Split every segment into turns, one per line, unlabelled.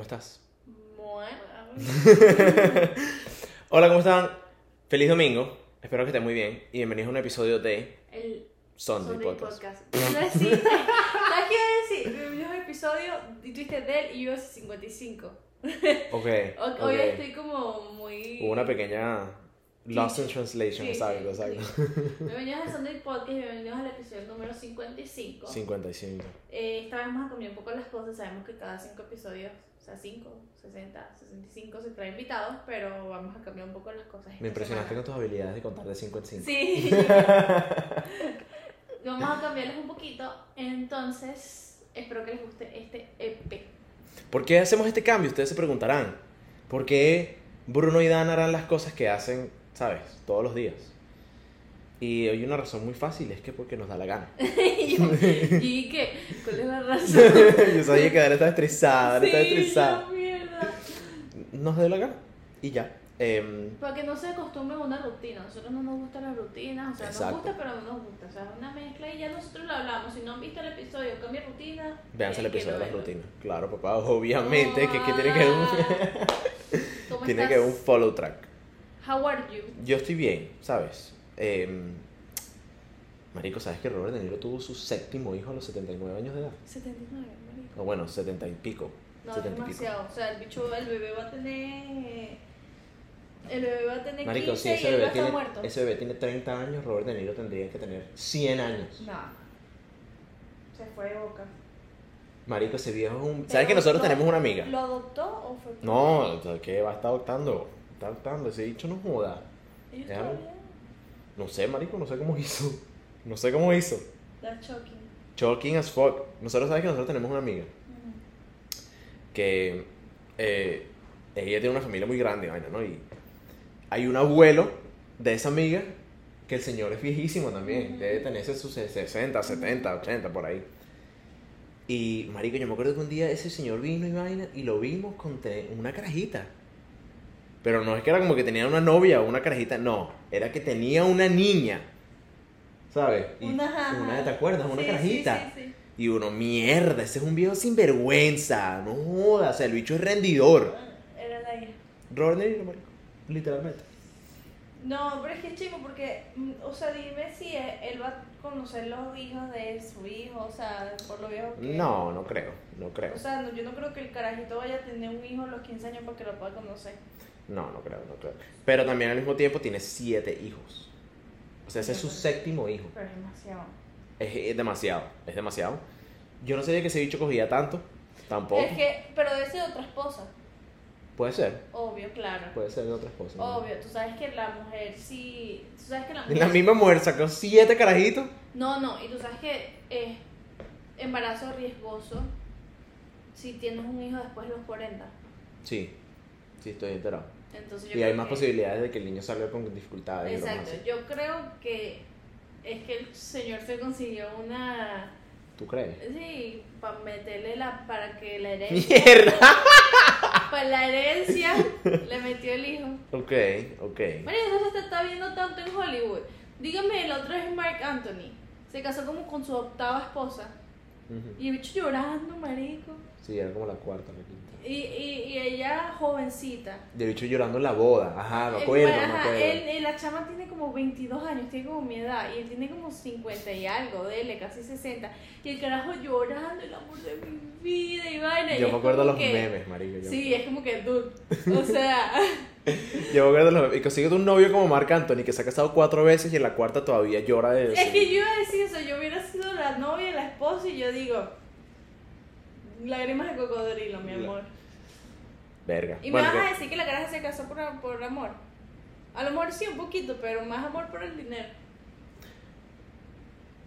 estás?
Bueno.
Hola, ¿cómo están? Feliz domingo. Espero que estén muy bien y bienvenidos a un episodio de
El
Sunday,
Sunday
Podcast.
Podcast. Lo deciste. ¿Sabes qué iba a decir? Los episodios y tuviste de él y yo hace 55.
Ok.
O-
ok.
Hoy estoy como muy.
Hubo una pequeña lost in translation,
Sí,
exacto,
sí,
exacto.
sí. Bienvenidos al Sunday Podcast y bienvenidos al episodio número 55.
55.
Eh, esta vez hemos cambiado un poco las cosas. Sabemos que cada 5 episodios, o sea, 5, 60, 65 se trae invitados, pero vamos a cambiar un poco las cosas. esta
Me impresionaste
semana.
con tus habilidades de contar de 5 en 5.
Sí. Vamos a cambiarlos un poquito. Entonces, espero que les guste este EP.
¿Por qué hacemos este cambio? Ustedes se preguntarán. ¿Por qué Bruno y Dan harán las cosas que hacen, sabes, todos los días? Y hay una razón muy fácil, es que porque nos da la gana.
y yo, y que, ¿cuál es la razón?
Yo sabía que Dan estaba estresada, Dan estaba
Sí,
Ah, estresada.
no, mierda.
Nos dio la gana y ya. Em,
Para que no se acostumbre a una rutina. A nosotros no nos gustan las rutinas. O sea,
Exacto.
nos gusta, pero no nos gusta. O sea, es una mezcla y ya nosotros lo hablamos. Si no han visto el episodio, cambia rutina.
véanse el
tienen
episodio
que
de las
verlo.
rutinas. Claro, papá, obviamente, que, que tiene que haber un,
¿Cómo
tiene que
estás?
haber un follow track.
How are you?
Yo estoy bien, ¿sabes? Em, marico, ¿sabes que Robert De Niro tuvo su séptimo hijo a los 79 años de edad?
79, marico.
O bueno, 70 y pico.
No, es
70 y pico.
demasiado. O sea, el bicho, el bebé va a tener. El bebé va a tener
Marico,
15
si ese
y él
bebé,
va a estar
tiene,
muerto.
ese bebé tiene 30 años, Robert De Niro tendría que tener 100 años.
No. Se fue de boca.
Marico, ese viejo es un...
Pero
¿Sabes que nosotros
no,
tenemos una amiga?
¿Lo adoptó o fue? por-
No, o sea, que va a estar adoptando. Está adoptando, ese dicho no joda.
Ellos
Ya.
todavía.
No sé, marico, no sé cómo hizo. No sé cómo hizo.
That's shocking.
Choking as fuck. Nosotros sabes que nosotros tenemos una amiga
Ujú.
que eh, ella tiene una familia muy grande, vaina, ¿no? Y hay un abuelo de esa amiga que el señor es viejísimo también,
Ujú.
debe tenerse sus 60, 70, 80 por ahí. Y marico, yo me acuerdo que un día ese señor vino y vaina y lo vimos con te- una carajita. Pero no es que era como que tenía una novia o una carajita, no, era que tenía una niña. ¿Sabes? Y
Una,
una, ¿te acuerdas? Una
Sí,
carajita.
Sí, sí, sí.
Y uno, mierda, ese es un viejo sinvergüenza. No jodas, o sea, el bicho es rendidor.
Era la hija.
Robert De Niro, marico. Literalmente.
No, pero es que es chico porque, mm, o sea, dime si él, él va a conocer los hijos de su hijo, o sea, por lo viejo que
No, no creo, no creo.
O sea, no, yo no creo que el carajito vaya a tener un hijo a los 15 años para que lo pueda conocer.
No, no creo, no creo. Pero también al mismo tiempo tiene siete hijos. O sea, ese es su séptimo hijo.
Pero es demasiado.
Es, es demasiado, es demasiado. Yo no sabía que ese bicho cogía tanto. Tampoco.
Es que, pero debe ser de otra esposa.
Puede ser,
Obvio, claro.
puede ser de otras cosas. ¿no?
Obvio, tú sabes que la mujer sí. Tú sabes que la mujer.
La misma mujer sacó siete carajitos.
No, no, y tú sabes que es embarazo riesgoso si tienes un hijo después de los 40.
Sí, sí, estoy enterado.
Entonces yo
Y hay
creo
más
que-
posibilidades de que el niño salga con dificultades. y bromas
Exacto,
así.
yo creo que es que el señor se consiguió una.
¿Tú crees?
Sí, para meterle la. para que la herencia.
¡Mierda!
Para la herencia le metió el hijo.
Ok, ok.
María, eso se está viendo tanto en Hollywood. Dígame, el otro es Mark Anthony. Se casó como con su octava esposa.
Ujú.
Y el bicho llorando, marico.
Sí, era como la cuarta, la quinta.
Y, y, y ella jovencita.
Y el bicho llorando en la boda. Ajá, Ah, me
Eh,
acuerdo,
bueno,
me
ajá,
acuerdo.
él- él- la chama tiene como 22 años, tiene como mi edad. Y él tiene como 50 y algo, dele, casi 60. Y el carajo llorando, el amor de mi vida, y vaina. y
Yo
es
me acuerdo
como
los
que-
memes, marico. Yo,
Sí, es como que, dude. O sea.
yo me acuerdo los memes. Y consigues un novio como Marc Anthony que se ha casado cuatro veces y en la cuarta todavía llora de
Es que yo iba a decir eso, yo hubiera sido la novia, la esposa y yo digo, lágrimas de cocodrilo, mi
La-
amor.
Verga.
Y
Bueno,
me vas a
que-
decir que la caraja se casó por, por amor. A lo mejor sí, un poquito, pero más amor por el dinero.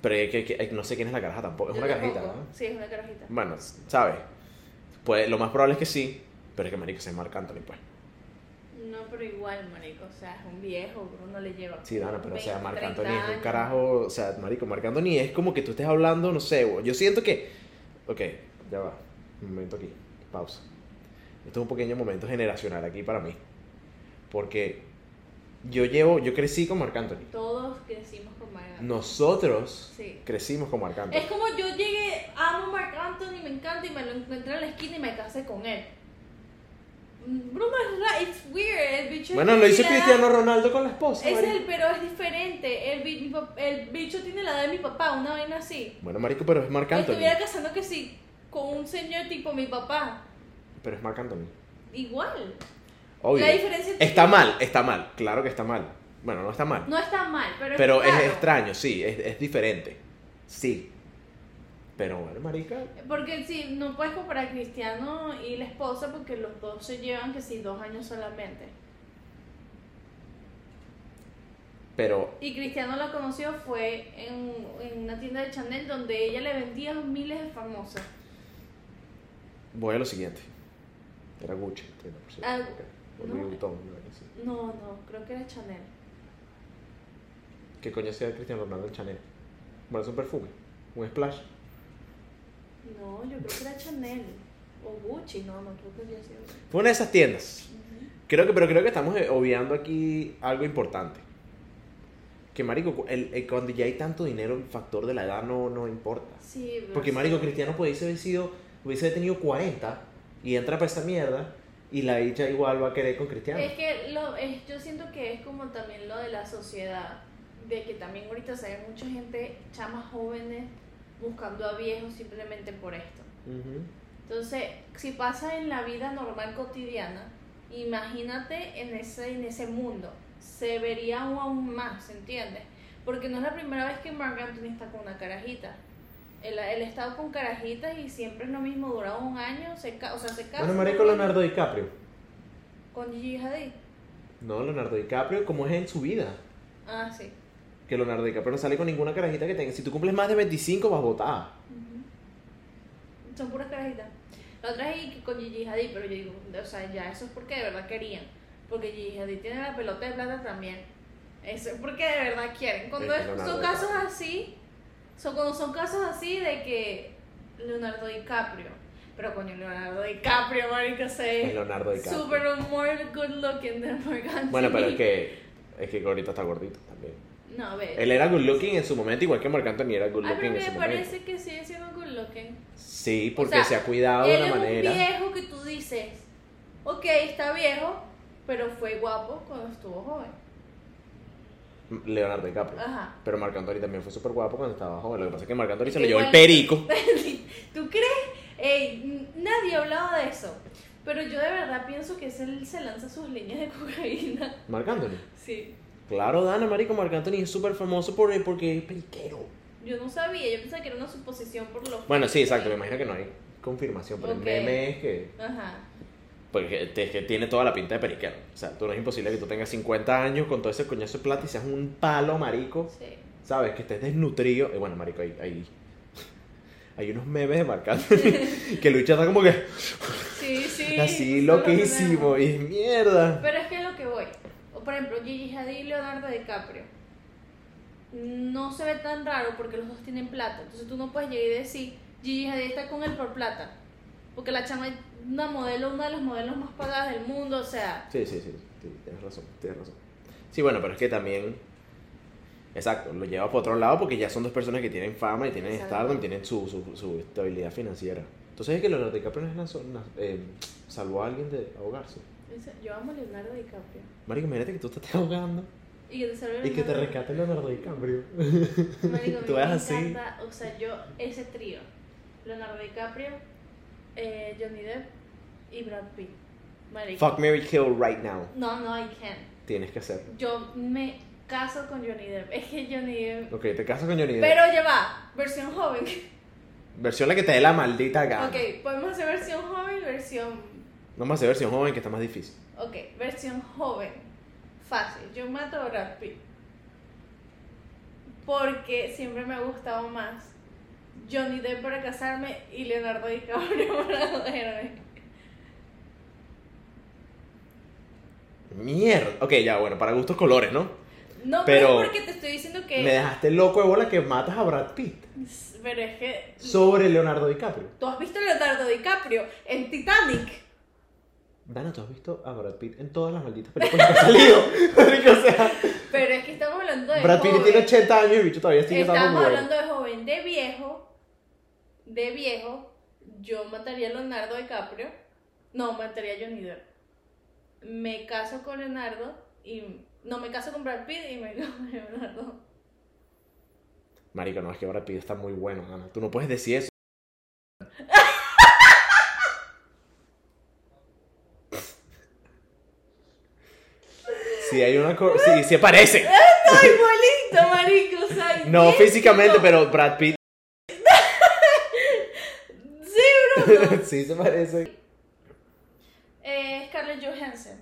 Pero es que, que- ay, no sé quién es la caraja tampoco. Es
Yo
Pues una carajita,
tampoco.
¿no?
Sí, es una carajita.
Bueno, s- ¿sabes? Pues lo más probable es que sí. Pero es que marico se es Marc Anthony, pues.
No, pero igual, marico, o sea, es un viejo, uno le lleva.
Sí, Dana, pero o sea,
20,
Marc
30
Anthony es un
años.
carajo, o sea, marico, Marc Anthony es como que tú estés hablando, no sé, güey, yo siento que, ok, ya va, un momento aquí, pausa. Esto es un pequeño momento generacional aquí para mí, porque yo llevo, yo crecí con Marc Anthony,
Todos crecimos con Marc Anthony.
nosotros
Sí.
crecimos con Marc Anthony.
Es como yo llegué, amo a Marc Anthony, me encanta y me lo encontré en la esquina y me casé con él. Bruma es ra- it's weird, el bicho es
Bueno, lo hizo
de mi edad.
Cristiano Ronaldo con la esposa.
Es
marico.
el, pero es diferente. El, bi- mi pap- el bicho tiene la edad de mi papá, una vaina así.
Bueno, marico, pero es Marc
Me
Anthony.
estuviera casando que sí, con un señor tipo mi papá.
Pero es Marc Anthony.
Igual.
Obvio.
La diferencia entre-
Está mal, está mal. Claro que está mal. Bueno, no está mal.
No está mal, pero,
pero es
raro.
extraño, sí. Es, es diferente. Sí. Pero bueno, marica.
Porque sí, no puedes comparar a Cristiano y la esposa porque los dos se llevan que sí, dos años solamente.
Pero
Y Cristiano la conoció fue en, en una tienda de Chanel donde ella le vendía miles de famosos.
voy a lo siguiente. Era Gucci, entiendo, por cierto.
Ah,
Ok. O
no.
Louis Vuitton, una vaina así.
No, no, creo que era Chanel.
¿Qué coño sea Cristiano Ronaldo en Chanel? Bueno, es un perfume. Un splash.
No, yo creo que era Chanel. O Gucci, no, no creo que había sido.
Fue una de esas tiendas. Creo que, pero creo que estamos eh, obviando aquí algo importante. Que marico, cu- el, el- cuando ya hay tanto dinero, el factor de la edad no, no importa.
Sí, pero
Porque
sí.
marico, Cristiano pudiese haber sido, hubiese tenido 40 y entra para esa mierda y la dicha igual va a querer con Cristiano.
Es que lo, es, yo siento que es como también lo de la sociedad, de que también ahorita se ve mucha gente, chamas jóvenes, buscando a viejos simplemente por esto.
Ujú.
Entonces, si pasa en la vida normal cotidiana, imagínate en ese, en ese mundo, se vería aún más, ¿entiendes? Porque no es la primera vez que Mark Anthony está con una carajita. Él, él ha estado con carajitas y siempre es lo mismo, dura un año, se, ca- o sea, se casa.
Bueno, marico,
con-
Leonardo DiCaprio.
Con Gigi Hadid.
No, Leonardo DiCaprio, como es en su vida.
Ah, sí.
Que Leonardo DiCaprio no sale con ninguna carajita que tenga. Si tú cumples más de 25, vas votada.
Ujú. Son puras carajitas. La otra es que con Gigi Hadid, pero yo digo, o sea, ya eso es porque de verdad querían. Porque Gigi Hadid tiene la pelota de plata también. Eso es porque de verdad quieren. Cuando
Es
es-
Leonardo
son casos
DiCaprio.
así, son, cuando son casos así de que Leonardo DiCaprio, pero coño, Leonardo DiCaprio, marica,
Es
se
Leonardo DiCaprio.
super more good looking than Morgan
Bueno, pero es que, es que ahorita está gordito también.
No, a ver.
Él era good looking en su momento, igual que Marc Anthony era good
Ay,
looking
pero
en
me
su
parece
momento.
que sigue siendo good looking.
Sí, porque
sea,
se ha cuidado de
Él
una
es
manera.
un viejo que tú dices, ok, está viejo, pero fue guapo cuando estuvo joven.
Leonardo DiCaprio.
Ajá.
Pero Marc Anthony también fue súper guapo cuando estaba joven. Lo que pasa es que Marc Anthony se lo
Que
llevó el
igual-
perico.
¿Tú crees? Ey, n- nadie ha hablado de eso. Pero yo de verdad pienso que es él se lanza sus líneas de cocaína.
Marc Anthony.
Sí.
Claro, Dana, marico, Marc Anthony es súper famoso por, eh, porque es periquero.
Yo no sabía, yo pensaba que era una suposición por lo
Bueno, sí, exacto. Me imagino que no hay confirmación, pero
Ok.
el meme es que...
Ajá.
Porque es que tiene toda la pinta de periquero. O sea, tú no es imposible que tú tengas 50 años con todo ese coñazo de plata y seas un palo, marico.
Sí.
¿sabes? Que estés desnutrido. Eh, bueno, marico, hay, hay, hay unos memes de Marc Anthony que Lucha está como que
Sí, sí.
así
eso lo
loquísimo
tenemos.
y es mierda.
Pero es que es lo que voy. O por ejemplo, Gigi Hadid y Leonardo DiCaprio. No se ve tan raro porque los dos tienen plata. Entonces tú no puedes llegar y decir, Gigi Hadid está con él por plata. Porque la chama es una modelo, una de las modelos más pagadas del mundo. O sea,
Sí, sí, sí, sí, tienes razón, tienes razón. Sí, bueno, pero es que también, exacto, lo lleva por otro lado porque ya son dos personas que tienen fama y tienen
Exacto.
stardom, tienen su, su, su estabilidad financiera. Entonces es que Leonardo DiCaprio no es na- na- eh, salvó a alguien de ahogarse.
dice, yo amo a Leonardo DiCaprio.
Marico, imagínate que tú te estés ahogando
Y que te salve
y que te
Leonardo-
rescate Leonardo DiCaprio.
Marico, a mí
Tú
me
eres así.
encanta, o sea, yo, ese trío, Leonardo DiCaprio, eh, Johnny Depp y Brad Pitt. Marico.
Fuck Mary Kill right now.
No, no, I can't.
Tienes que hacer.
Yo me caso con Johnny Depp. Es que Johnny Depp.
Ok, te casas con Johnny Depp.
Pero ya va, versión joven.
Versión la que te dé la maldita gana.
Ok, podemos hacer versión joven y versión.
Vamos a hacer versión joven que está más difícil.
Ok, versión joven. Fácil. Yo mato a Brad Pitt. Porque siempre me ha gustado más Johnny Depp para casarme y Leonardo DiCaprio para joderme.
Mierda. Ok, ya, bueno, para gustos colores, ¿no?
No, pero,
Pero-
es porque te estoy diciendo
Me
que.
dejaste loco de bola que matas a Brad Pitt
Pero es que.
sobre Leonardo DiCaprio.
Tú has visto a Leonardo DiCaprio en Titanic.
Dana, ¿tú has visto a Brad Pitt en todas las malditas películas que ha salido? Marico, o sea,
Pero es que estamos hablando de.
Brad Pitt
joven.
tiene 80 años y el bicho todavía sigue estando muy
Estamos
bueno.
hablando de joven, de viejo, de viejo, yo mataría a Leonardo DiCaprio, no, mataría a Johnny Depp. me caso con Leonardo y no me caso con Brad Pitt y me caso con Leonardo.
Marico, no, es que Brad Pitt está muy bueno, Ana. Tú no puedes decir eso. Si hay una cosa. Sí, se parece.
No, igualito, marico, o sea,
No
idéntico.
físicamente, pero Brad Pitt.
Sí, Bruno.
sí, se parece.
Eh, Scarlett Johansson,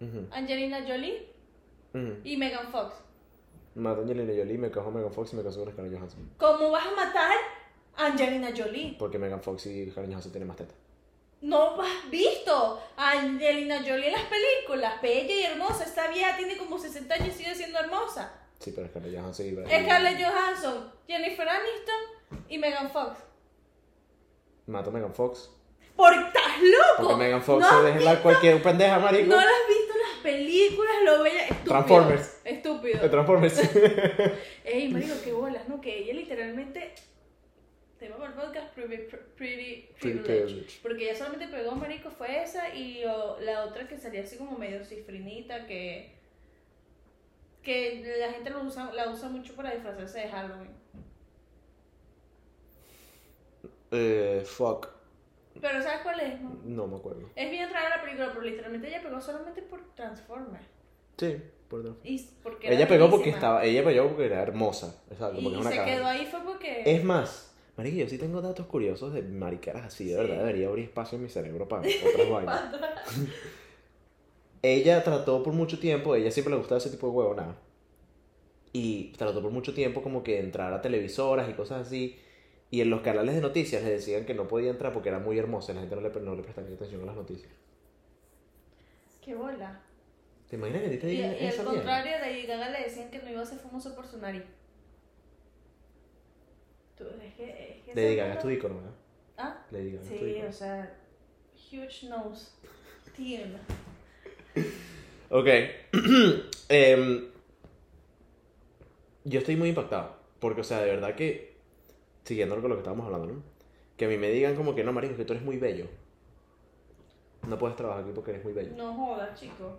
Ujú,
Angelina Jolie
ujú.
y Megan Fox.
Mato a Angelina Jolie, me cajó Megan Fox y me casó con Scarlett Johansson.
¿Cómo vas a matar a Angelina Jolie?
Porque Megan Fox y Scarlett Johansson tienen más teta.
No has visto a Angelina Jolie en las películas. Bella y hermosa. Esta vieja tiene como 60 años y sigue siendo hermosa.
Sí, pero Scarlett Johansson y Brad Pitt.
Scarlett Johansson, Jennifer Aniston y Megan Fox.
Mato a Megan Fox.
¿Por estás loco?
Porque Megan Fox
no,
se
has
deja la cualquier pendeja,
vi-
marico.
no la has visto en las películas, lo bella. Estúpido.
Transformers. De
Estúpido.
Transformers.
Ey, marico, qué bolas, ¿no? Que ella literalmente. Tema para el podcast Pretty, pretty,
Pretty
Privilege.
Privilege.
Porque ella solamente pegó marico fue esa y o, la otra que salía así como medio cifrinita que. que la gente lo usa, la usa mucho para disfrazarse de Halloween.
eh, fuck.
Pero ¿sabes cuál es? no?
No me acuerdo.
Es bien rara la película, pero literalmente ella pegó solamente por Transformers.
Sí, por Dios.
Y s- porque era
Ella pegó porque
bellísima.
estaba, ella pegó porque era hermosa. Exacto,
Y,
porque
y
es una
se
cara.
quedó ahí fue porque.
Es más, marico, yo sí tengo datos curiosos de maricaras así, de
Sí.
verdad. Debería abrir espacio en mi cerebro para otras vainas. Ella trató por mucho tiempo, ella siempre le gustaba ese tipo de huevonada. Y trató por mucho tiempo como que entrar a televisoras y cosas así. Y en los canales de noticias le decían que no podía entrar porque era muy hermosa. y La gente no le, no le prestaba atención a las noticias.
Qué bola.
¿Te imaginas que a ti te
Y, y
digan esa
al
mierda?
contrario, de Lady Gaga le decían que no iba a ser famoso por su nariz. Tú, es que, es que
Lady
esa
Gaga es
mierda-
tu ícono, ¿verdad?
Ah,
Lady Gaga es tu
sí,
ícono.
o sea, huge nose. Tierna.
Ok. Em, yo estoy muy impactado. Porque, o sea, de verdad que. Siguiendo con lo que estábamos hablando, ¿no? Que a mí me digan como que no, marico, que tú eres muy bello. No puedes trabajar aquí porque eres muy bello.
No jodas, chico.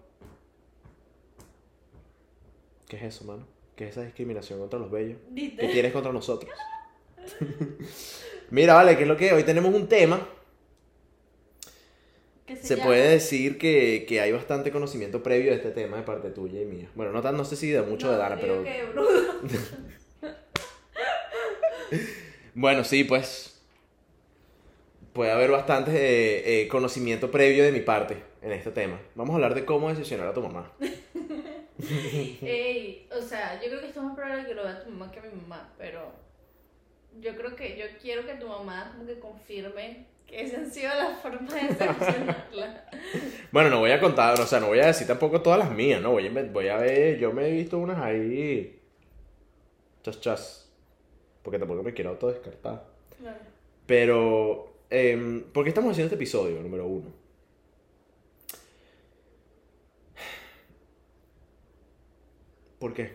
¿Qué es eso, mano? ¿Qué es esa discriminación contra los bellos? ¿Qué
Dite.
tienes contra nosotros? Mira, vale, que es lo que es? hoy tenemos un tema.
que
Se
llama-
puede decir que, que hay bastante conocimiento previo de este tema de parte tuya y mía. Bueno, no, tan, no sé si de mucho
No,
de Dana,
digo
pero.
que Bruno.
Bueno, sí, pues. Puede haber bastante eh, eh, conocimiento previo de mi parte en este tema. Vamos a hablar de cómo decepcionar a tu mamá.
Ey, o sea, yo creo que esto es más probable que lo vea tu mamá que mi mamá, pero yo creo que yo quiero que tu mamá como que confirme que esa han sido la forma de decepcionarla.
Bueno, no voy a contar, o sea, no voy a decir tampoco todas las mías, ¿no? Voy a, inven- voy a ver, yo me he visto unas ahí. Chas, chas. Porque tampoco me quiero autodescartar.
Bueno,
Pero, em, ¿por qué estamos haciendo este episodio, número uno? ¿Por qué?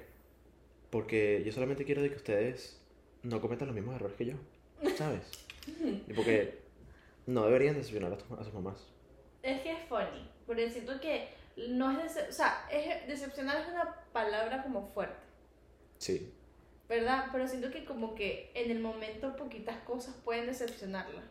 Porque yo solamente quiero de que ustedes no cometan los mismos errores que yo, ¿sabes? Y porque no deberían decepcionar a, tus- a sus mamás.
es que es funny, porque siento que no es decep- o sea, es decepcionar es una palabra como fuerte,
Sí.
¿verdad? Pero siento que como que en el momento poquitas cosas pueden decepcionarla.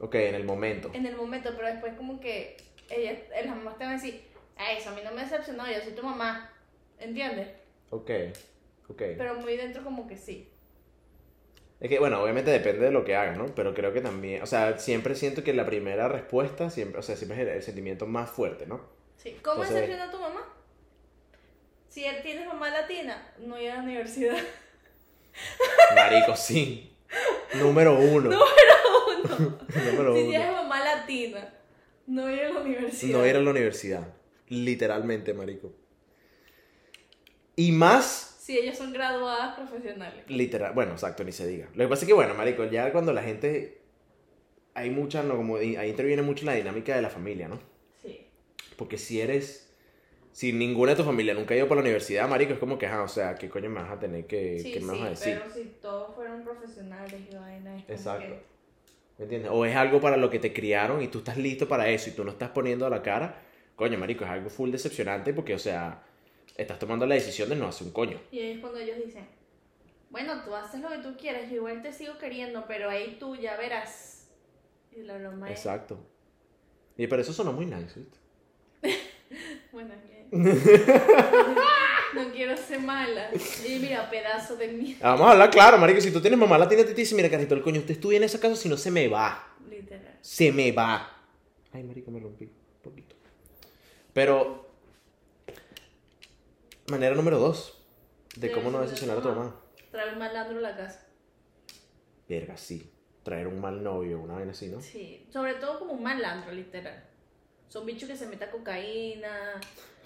Ok, en el momento.
en el momento, pero después como que ella, eh, las mamás te van a decir, "Ah, eso a mí no me decepcionó, yo soy tu mamá, ¿entiendes?
Ok, ok.
Pero muy dentro como que sí.
Es que, bueno, obviamente depende de lo que hagan, ¿no? Pero creo que también, o sea, siempre siento que la primera respuesta, siempre, o sea, siempre es el- el sentimiento más fuerte, ¿no?
sí. ¿Cómo
Entonces-
decepciona a tu mamá? Si él tiene mamá latina, no ir a la universidad.
Marico, sí. Número uno. Número
si
uno.
tienes mamá latina, no ir a la universidad.
No ir a la universidad. Literalmente, marico. Y más,
Si ellas son graduadas profesionales.
literal. Bueno, exacto, ni se diga. Lo que pasa es que, bueno, marico, ya cuando la gente. Hay mucha, no, como. Ahí interviene mucho la dinámica de la familia, ¿no?
Sí.
Porque si eres. Si ninguna de tu familia nunca ha ido para la universidad, marico, es como que, ajá, o sea, ¿qué coño me vas a tener que.
sí,
Eh, ¿Qué me
sí,
vas a decir?
pero si todos fueron profesionales y vaina, es como
Exacto.
que-
¿Me entiendes? O es algo para lo que te criaron y tú estás listo para eso y tú no estás poniendo a la cara. Coño, marico, es algo full decepcionante porque, o sea, estás tomando la decisión de no hacer un coño.
Y ahí es cuando ellos dicen, bueno, tú haces lo que tú quieras, yo igual te sigo queriendo, pero ahí tú ya verás. Y la broma es,
Exacto. Y pero eso suena muy nice, ¿viste?
bueno, es que- no quiero ser mala. Y mira, pedazo de mí.
Ah, Vamos a hablar claro, marico. Si tú tienes mamá latina, te dice, mira, carrito, el coño, usted estudia en esa casa, si no se me va.
Literal.
Se me va. Ay, marico, me rompí un poquito. Pero, manera número dos de cómo no decepcionar a tu mamá.
Trae un malandro a la casa.
Verga, sí. Traer un mal novio, una vaina así, ¿no?
Sí, sobre todo como un malandro, literal. Son bichos que se meta cocaína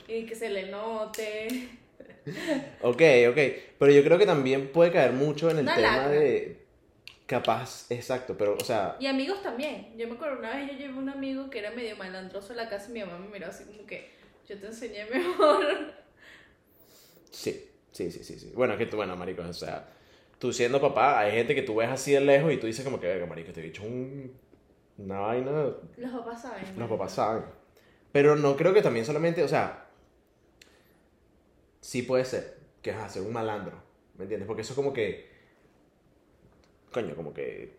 y que se le note.
Ok, ok. Pero yo creo que también puede caer mucho en el
Una
tema
lacra.
de. Capaz, exacto, pero, o sea,
Y amigos también. Yo me acuerdo una vez yo llevé un amigo que era medio malandroso a la casa y mi mamá me miró así como que yo te enseñé mejor.
sí, sí, sí, sí. sí. Bueno, es que tú, bueno, marico, o sea, tú siendo papá, hay gente que tú ves así de lejos y tú dices, como que, verga, marico, este bicho es un. Una vaina
Los papás saben.
Los
¿no?
papás saben. Pero no creo que también solamente, o sea, sí puede ser que es hacer un malandro, ¿me entiendes? Porque eso es como que, coño, como que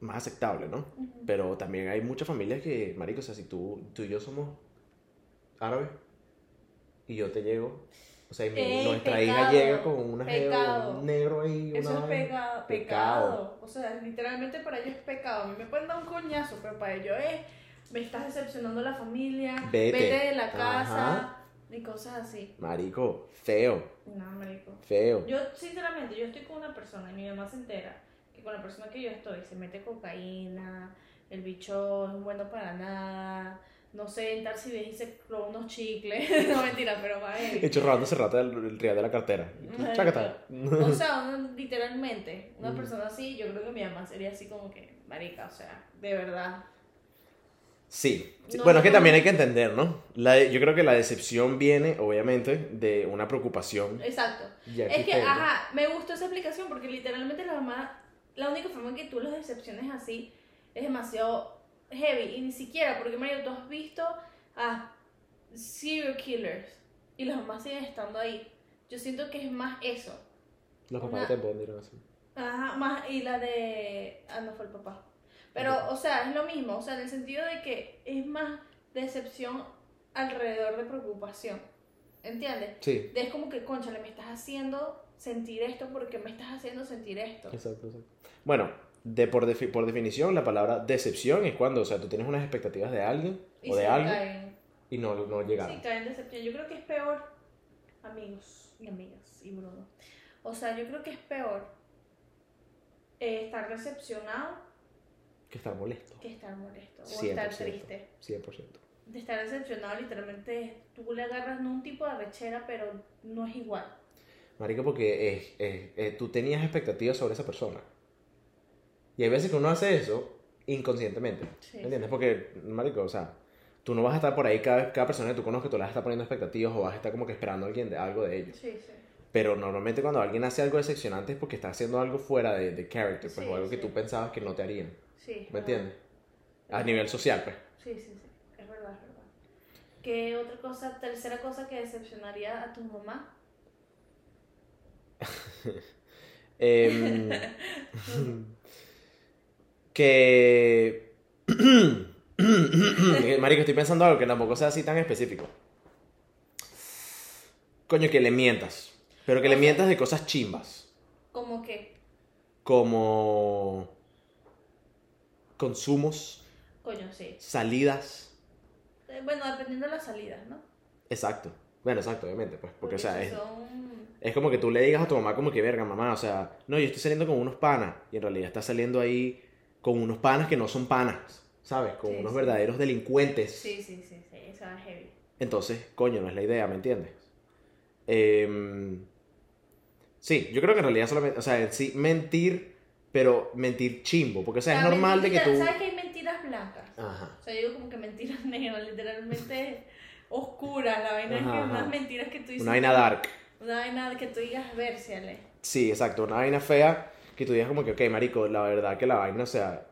más aceptable, ¿no?
Ujú.
Pero también hay muchas familias que, marico, o sea, si tú, tú y yo somos árabes y yo te llego, o sea, y mi-
Ey,
nuestra hija
pecado,
llega con una jeva,
pecado.
un negro ahí,
Eso
una
es
vaina.
pecado, pecado.
Pecado.
O sea, literalmente para ellos es pecado. A mí me pueden dar un coñazo, pero para ellos es, me estás decepcionando a la familia,
Vete.
de la casa
Ajá.
y cosas así.
Marico, feo,
No, marico.
feo.
Yo, sinceramente, yo estoy con una persona y mi mamá se entera que con la persona que yo estoy se mete cocaína, el bicho es bueno para nada, no sé, en si bien y se probó unos chicles. no, mentira, pero va a ver.
Y chorrándose rata del el rial de la cartera.
Marico.
Chácata.
O sea, uno- literalmente, una
Mm.
persona así, yo creo que mi mamá sería así como que, marica, o sea, de verdad.
Sí. sí.
No,
bueno, es que
no.
también hay que entender, ¿no? La de- yo creo que la decepción viene, obviamente, de una preocupación.
Exacto.
ya
Es que,
existente.
ajá, me gustó esa explicación porque literalmente la mamá, la única forma en que tú los decepciones así es demasiado heavy. Y ni siquiera, porque Mario, tú has visto a serial killers y las mamás siguen estando ahí. Yo siento que es más eso.
Los papás
una-
te pueden decir así.
Ajá, más, y la de. Ah, no fue el papá. Pero,
Ok.
o sea, es lo mismo, o sea, en el sentido de que es más decepción alrededor de preocupación. ¿Entiendes?
Sí.
De- Es como que, conchale, me estás haciendo sentir esto porque me estás haciendo sentir esto.
Exacto, exacto. Bueno, de por, defi- por definición, la palabra decepción es cuando, o sea, tú tienes unas expectativas de alguien
Y
o
sí
de algo
caen,
y no, no
sí
llegaron.
caen en decepción. Yo creo que es peor, amigos y amigas y Bruno. O sea, yo creo que es peor eh, estar decepcionado
Que estar molesto.
que estar molesto o
100%.
estar triste.
100%.
De estar decepcionado, literalmente tú le agarras no un tipo de rechera, pero no es igual.
Marico, porque es, es- eh, tú tenías expectativas sobre esa persona. Y hay veces que uno hace eso inconscientemente.
Sí.
¿Me entiendes? Porque, marico, o sea, tú no vas a estar por ahí cada, cada persona que tú conozcas, tú le vas a estar poniendo expectativas o vas a estar como que esperando a alguien de, algo de ellos.
Sí, sí.
Pero normalmente cuando alguien hace algo decepcionante es porque está haciendo algo fuera de, de character, pues,
Sí,
o algo que
sí.
tú pensabas que no te harían.
sí es
¿Me
verdad.
entiendes? A nivel social, pues.
Sí, sí, sí. Es verdad, es verdad. ¿Qué otra cosa, tercera cosa que decepcionaría a tu mamá?
Em, que. Marico, estoy pensando algo que tampoco sea así tan específico. Coño, que le mientas. Pero que le mientas de cosas chimbas.
Como que,
Como. Consumos,
coño, sí.
salidas.
Eh, Bueno, dependiendo de las salidas, ¿no?
Exacto. Bueno, exacto, obviamente, pues. Porque, o sea,
si
es,
son...
es como que tú le digas a tu mamá, como que verga, mamá, o sea, no, yo estoy saliendo con unos panas. Y en realidad estás saliendo ahí con unos panas que no son panas, ¿sabes? Con
Sí,
unos
sí.
verdaderos delincuentes.
Sí, sí, sí, sí, esa es heavy.
Entonces, coño, no es la idea, ¿me entiendes? Em, sí, yo creo que en realidad solamente, o sea, en sí, mentir, pero mentir chimbo, porque o sea, es
La
normal de que
mentira-
tú... Ah.
¿Sabes que hay mentiras blancas?
Ajá.
O sea, yo digo como que mentiras negras, literalmente oscuras. La vaina
Ajá,
es que unas
ajá.
mentiras que tú dices.
Una vaina dark.
Una vaina que tú digas, vérseale.
Sí, exacto, una vaina fea que tú digas como que, ok, marico, la verdad que la vaina, o sea...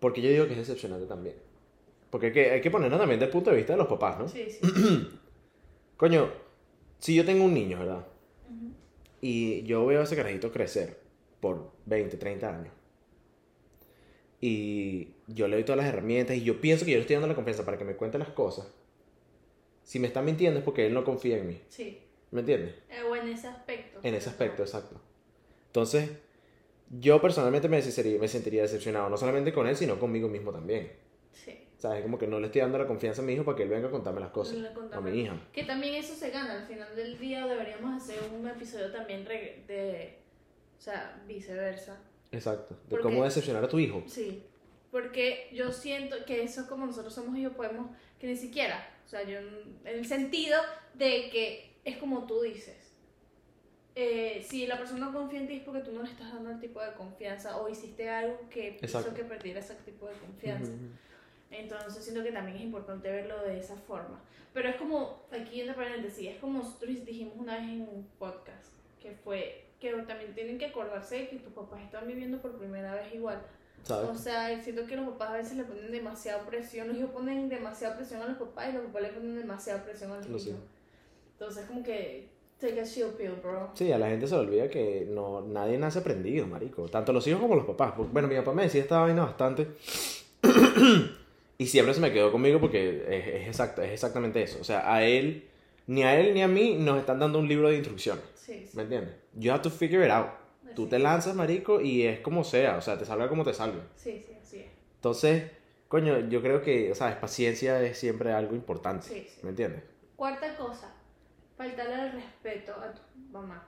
Porque yo digo que es decepcionante también. Porque hay que, hay que ponernos también del punto de vista de los papás, ¿no?
Sí, sí.
Coño, si yo tengo un niño, ¿verdad?
Ujú.
Y yo veo a ese carajito crecer por 20, 30 años. Y yo le doy todas las herramientas y yo pienso que yo le estoy dando la confianza para que me cuente las cosas. Si me está mintiendo es porque él no confía en mí.
Sí.
¿Me entiendes?
Eh, o en ese aspecto.
En ese aspecto, exacto. Entonces, yo personalmente me sentiría, me sentiría decepcionado, no solamente con él, sino conmigo mismo también.
Sí.
¿Sabes? Como que no le estoy dando la confianza a mi hijo para que él venga a contarme las cosas.
Le
A
contaba-
mi hija.
Que también eso se gana. Al final del día deberíamos hacer un episodio también re- de. O sea, viceversa.
Exacto. De
¿Por
cómo
qué?
decepcionar a tu hijo.
Sí, porque yo siento que eso como nosotros somos ellos podemos, que ni siquiera, o sea, yo en el sentido de que es como tú dices. Eh, si la persona no confía en ti es porque tú no le estás dando el tipo de confianza o hiciste algo que
Exacto.
hizo que perdiera ese tipo de confianza.
Ujú.
Entonces siento que también es importante verlo de esa forma. Pero es como, aquí entre paréntesis, es como nosotros dijimos una vez en un podcast, que fue que también tienen que acordarse de que tus papás están viviendo por primera vez igual.
¿Sabes?
O sea, siento que los papás a veces le ponen demasiada presión, los hijos ponen demasiada presión a los papás y los papás le ponen demasiada presión a los
Lo sé.
hijos. Entonces, como que, take a shield pill, bro.
Sí, a la gente se le olvida que no, nadie nace aprendido, marico. Tanto los hijos como los papás. Por- Bueno, mi papá me decía esta vaina bastante. y siempre se me quedó conmigo porque es, es exacto, es exactamente eso. O sea, a él, ni a él ni a mí nos están dando un libro de instrucciones.
Sí, sí.
¿Me entiendes? You have to figure it out. Tú
así
te
es.
lanzas, marico, y es como sea. O sea, te salga como te salga.
Sí, sí, así es.
Entonces, coño, yo creo que, ¿sabes? Paciencia es siempre algo importante.
Sí, sí.
¿Me entiendes?
Cuarta cosa, faltarle el respeto a tu mamá.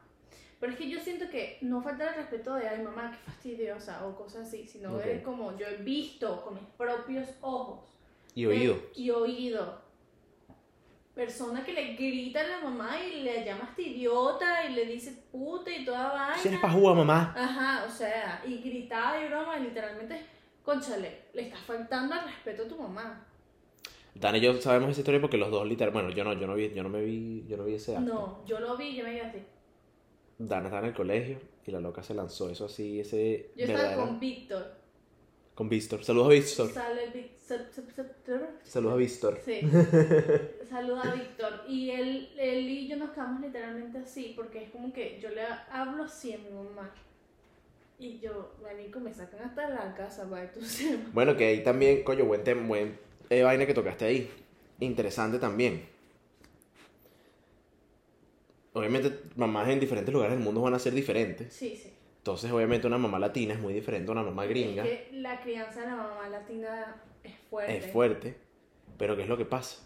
Pero es que yo siento que no faltar el respeto de, ay mamá, qué fastidiosa o cosas así, sino
Ok.
ver como yo he visto con mis propios ojos
Y oído.
Ve- Y oído. Persona que le grita a la mamá y le llama hasta idiota y le dice puta y toda vaina.
Si eres pajúa, mamá.
Ajá, o sea, y gritada y broma, y literalmente, conchale, le estás faltando al respeto a tu mamá.
Dan y yo sabemos esa historia porque los dos literal, bueno, yo no, yo no vi, yo no me vi, yo no vi ese acto.
No, yo lo vi, yo me quedé así.
Dan estaba en el colegio y la loca se lanzó, eso así, ese
Yo estaba
verdadero-
con Víctor.
con Víctor. Saludos a Víctor.
Sale Vic- sal- sal- sal-
Saludos a Víctor.
Sí. Saluda a Víctor. Y él, él y yo nos quedamos literalmente así, porque es como que yo le hablo así a mi mamá. Y yo, marico, me sacan hasta la casa, para tú sepas.
Bueno, que ahí también, coño, buen tema, buen eh, vaina que tocaste ahí. Interesante también. Obviamente, mamás en diferentes lugares del mundo van a ser diferentes.
Sí, sí.
Entonces, obviamente, una mamá latina es muy diferente a una mamá gringa.
Es que la crianza de la mamá latina es fuerte.
Es fuerte. Pero, ¿qué es lo que pasa?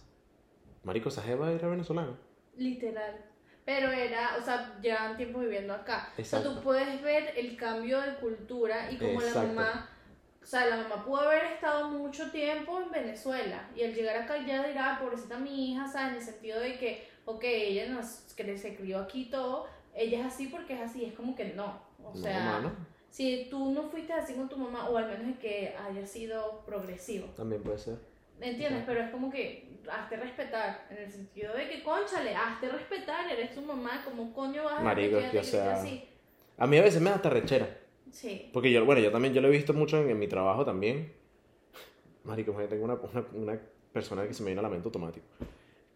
Marico Sajeva era venezolano.
Literal. Pero era, o sea, llevan tiempo viviendo acá. O sea,
Exacto.
tú puedes ver el cambio de cultura y como la
Exacto.
mamá, o sea, la mamá pudo haber estado mucho tiempo en Venezuela y al llegar acá ya dirá, "Ah, pobrecita mi hija, o sea, en el sentido de que, ok, ella nos, que se crió aquí y todo, ella es así porque es así, es como que no. O
No,
sea,
mano,
si tú no fuiste así con tu mamá, o al menos que haya sido progresivo.
También puede ser.
¿Me entiendes?
Exacto.
Pero es como que hazte respetar, en el sentido de que, conchale, hazte respetar, eres tu mamá, ¿cómo coño vas a dejar
Marico,
que ella
que,
te
o
grite
sea,
así?
A mí a veces me da hasta rechera.
Sí,
Porque yo, bueno, yo también, yo lo he visto mucho en, en mi trabajo también. Marico, yo tengo una, una, una persona que se me viene a la mente automático.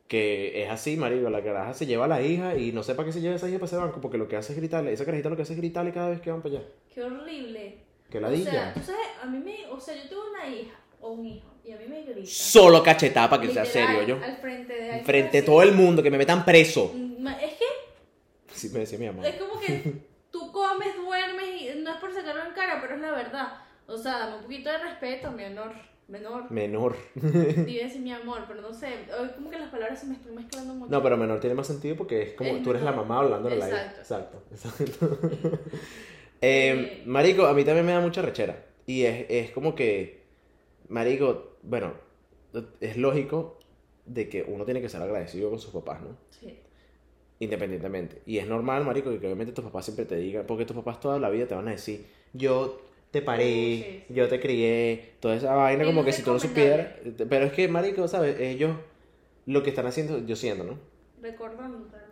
Que es así, marico, la caraja se lleva a la hija y no sé para qué se lleva esa hija para ese banco, porque lo que hace es gritarle, esa carajita lo que hace es gritarle cada vez que van para allá.
qué horrible.
Que
O
ladilla.
sea, tú sabes, a mí me, o sea, yo tengo una hija o un hijo, y a mí me grita.
Solo cachetada para que sea
Literal,
serio, yo.
Al frente de alguien
Frente a
así.
todo el mundo, que me metan preso.
Ma- Es que
Sí, me decía mi mamá.
es como que tú comes, duermes, y no es por sacarlo en cara, pero es la verdad. O sea, dame un poquito de respeto, mi honor, menor.
Menor.
Iba a decir mi amor, pero no sé, hoy como que las palabras se me están mezclando mucho.
No, pero menor tiene más sentido porque es como
Es
que tú eres la
menor.
mamá hablando de la hija. Exacto.
Exacto.
Exacto. Eh, marico, a mí también me da mucha rechera. Y es, es como que, Marico, bueno, es lógico de que uno tiene que ser agradecido con sus papás, ¿no?
Sí.
Independientemente. Y es normal, Marico, que obviamente tus papás siempre te digan, porque tus papás toda la vida te van a decir, yo te
Sí,
paré,
sí, sí.
yo te crié, toda esa vaina,
Es
como que si tú no supieras.
recomendable.
Pero es que, Marico, ¿sabes? Ellos lo que están haciendo, yo siendo, ¿no?
Recordando, pero-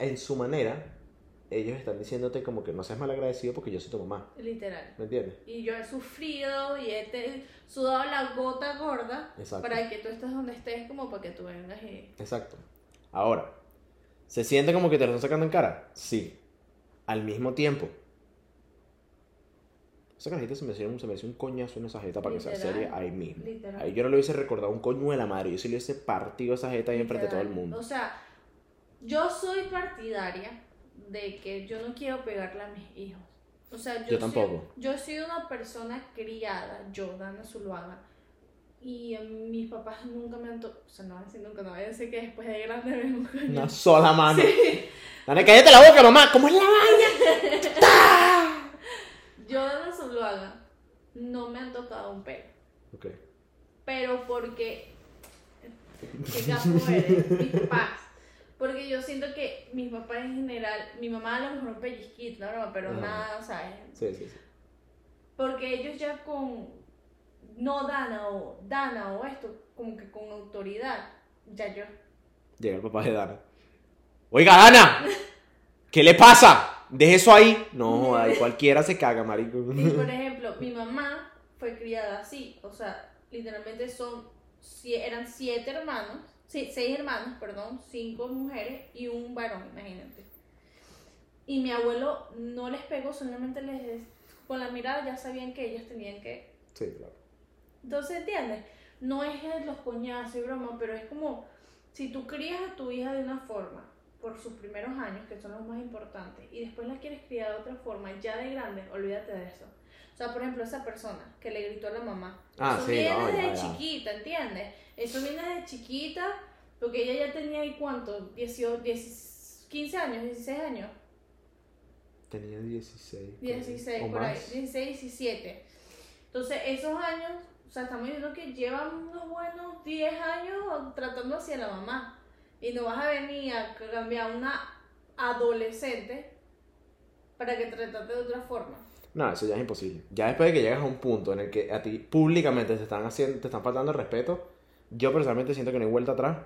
en su manera, ellos están diciéndote como que no seas mal agradecido porque yo soy tu mamá.
literal.
¿Me entiendes?
Y yo he sufrido y he te- sudado la gota gorda
Exacto.
para que tú estés donde estés, como para que tú vengas y.
Exacto. Ahora, ¿se siente como que te lo están sacando en cara? Sí. Al mismo tiempo. Esa carajita se me hizo un, se me hizo un coñazo en esa jeta para que sea
Literal.
seria ahí mismo.
Literal.
Ahí yo no le hubiese recordado un coño de la madre. Yo sí le hubiese partido esa jeta ahí enfrente de todo el
Literal.
mundo.
O sea, yo soy partidaria de que yo no quiero pegarle a mis hijos. O sea, yo,
Yo tampoco.
Soy, yo soy una persona criada, yo, Dana Zuluaga, y eh, mis papás nunca me han... to- O sea, no van a decir nunca, no voy a decir que después de grande me un coño.
Una sola mano.
Sí.
Dale, cállate la boca, mamá. ¿Cómo es la vaina?
Yo, Dana Zuluaga, no me han tocado un pelo.
Ok.
pero porque qué capo eres, mis papás. Porque yo siento que mis papás en general, mi mamá a lo mejor un pellizquito, no, no, pero
Ajá.
nada, ¿sabes?
Sí, sí, sí.
Porque ellos ya con no Dana o Dana o esto, como que con autoridad, ya yo.
Llega el papá de Dana. Oiga, Dana. ¿Qué le pasa? Deje eso ahí. No, ahí cualquiera se caga, marico.
Y por ejemplo, mi mamá fue criada así, o sea, literalmente son si- eran siete hermanos, sí, seis hermanos, perdón, cinco mujeres y un varón, imagínate. Y mi abuelo no les pegó, solamente les con la mirada ya sabían que ellos tenían que.
Sí, claro.
Entonces, ¿entiendes? No es de los coñazos y broma, pero es como si tú crías a tu hija de una forma por sus primeros años, que son los más importantes, y después la quieres criar de otra forma, ya de grande, olvídate de eso. O sea, por ejemplo, esa persona que le gritó a la mamá.
Ah,
eso
sí,
viene
no,
desde
ya, ya.
chiquita, ¿entiendes? Eso viene desde chiquita, porque ella ya tenía, ¿y cuánto? 18, 10, 15 años, 16 años.
Tenía 16.
16,
o
por ahí,
más.
16, 17. Entonces, esos años, o sea, estamos diciendo que llevan unos buenos 10 años tratando hacia la mamá. Y no vas a venir a cambiar a una adolescente para que tratate de otra forma.
No, eso ya es imposible. Ya después de que llegas a un punto en el que a ti públicamente te están haciendo, te están faltando el respeto, yo personalmente siento que no hay vuelta atrás.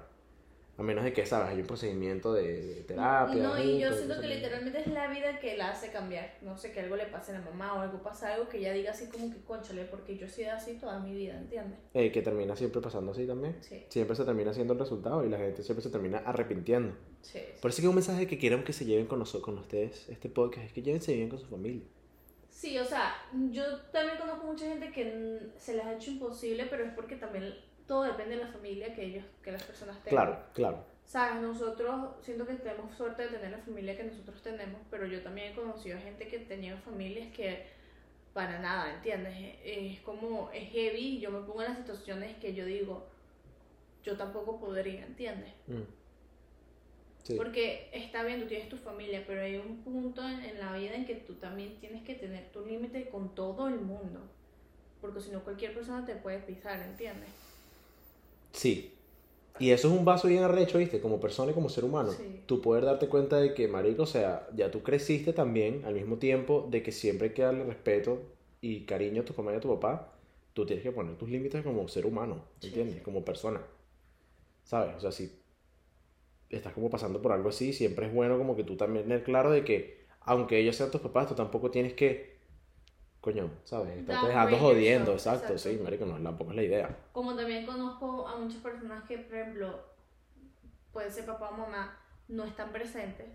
A menos de que, sabes, hay un procedimiento de, de terapia.
y no, y yo
juntos,
siento
sé
que
qué.
literalmente es la vida que la hace cambiar. No sé, que algo le pase a la mamá o algo pasa algo que ella diga así como que, conchale, porque yo he sido así toda mi vida, ¿entiendes?
Eh, que termina siempre pasando así también.
Sí,
Siempre se termina haciendo el resultado y la gente siempre se termina arrepintiendo.
sí.
Por eso que un mensaje que quieran que se lleven con nosotros, con ustedes, este podcast, es que llévense bien con su familia.
Sí, o sea, yo también conozco mucha gente que mm, se les ha hecho imposible, pero es porque también todo depende de la familia que ellos, que las personas tengan.
Claro, claro.
Sabes, nosotros siento que tenemos suerte de tener la familia que nosotros tenemos, pero yo también he conocido gente que tenía familias que para nada, ¿entiendes? E, Es, es como, es heavy, yo me pongo en las situaciones que yo digo, yo tampoco podría, ¿entiendes?
Mm. Sí.
Porque está bien, tú tienes tu familia, pero hay un punto en, en la vida en que tú también tienes que tener tu límite con todo el mundo. Porque si no, cualquier persona te puede pisar, ¿entiendes?
Sí. Y eso es un vaso bien arrecho, ¿viste? Como persona y como ser humano.
Sí.
Tú poder darte cuenta de que, marico, o sea, ya tú creciste también, al mismo tiempo, de que siempre hay que darle respeto y cariño a tu mamá y a tu papá, tú tienes que poner tus límites como ser humano,
Sí,
¿entiendes?
sí.
Como persona. ¿Sabes? O sea, si estás como pasando por algo así, siempre es bueno como que tú también tener claro de que, aunque ellos sean tus papás, tú tampoco tienes que, coño, ¿sabes? Estarte
Downgrade
dejando jodiendo,
yourself,
exacto, sí,
exacto.
marico, no, tampoco es la idea.
Como también conozco a muchas personas que, por ejemplo, puede ser papá o mamá, no están presentes.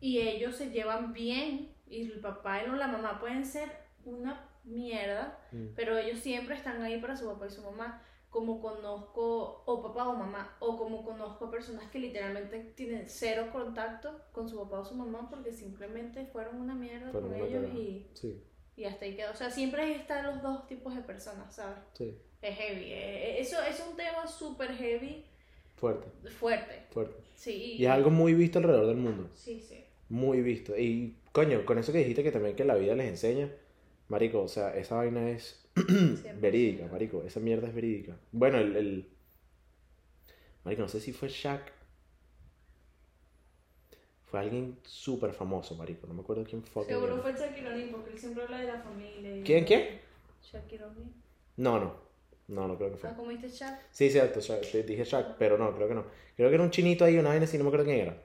Y ellos se llevan bien. Y el papá y la mamá pueden ser una mierda,
Mm.
pero ellos siempre están ahí para su papá y su mamá, como conozco, o papá o mamá, o como conozco a personas que literalmente tienen cero contacto con su papá o su mamá porque simplemente fueron una mierda
Fueron
con
una
ellos
cagada.
y,
Sí,
y hasta ahí quedó. O sea, siempre están los dos tipos de personas, ¿sabes?
sí,
Es heavy. eh, Eso es un tema súper heavy,
fuerte,
fuerte.
fuerte.
Sí.
Y es algo muy visto alrededor del mundo.
Sí, sí.
Muy visto. Y coño, con eso que dijiste que también que la vida les enseña, Marico, o sea, esa vaina es
Siempre.
verídica, Marico. Esa mierda es verídica. Bueno, el, el- Marico, no sé si fue Shaq. Fue alguien súper famoso, Marico. No me acuerdo quién fue.
Seguro fue Shaquille O'Neal porque él siempre habla de la familia. y-
¿Quién, quién?
Shaquille O'Neal.
No, no. No, no creo que fue.
Ah, ¿cómo viste Shaq?
Sí, cierto, Shaq, te dije Shaq, pero no, creo que no. Creo que era un chinito ahí, una vaina así, no me acuerdo quién era.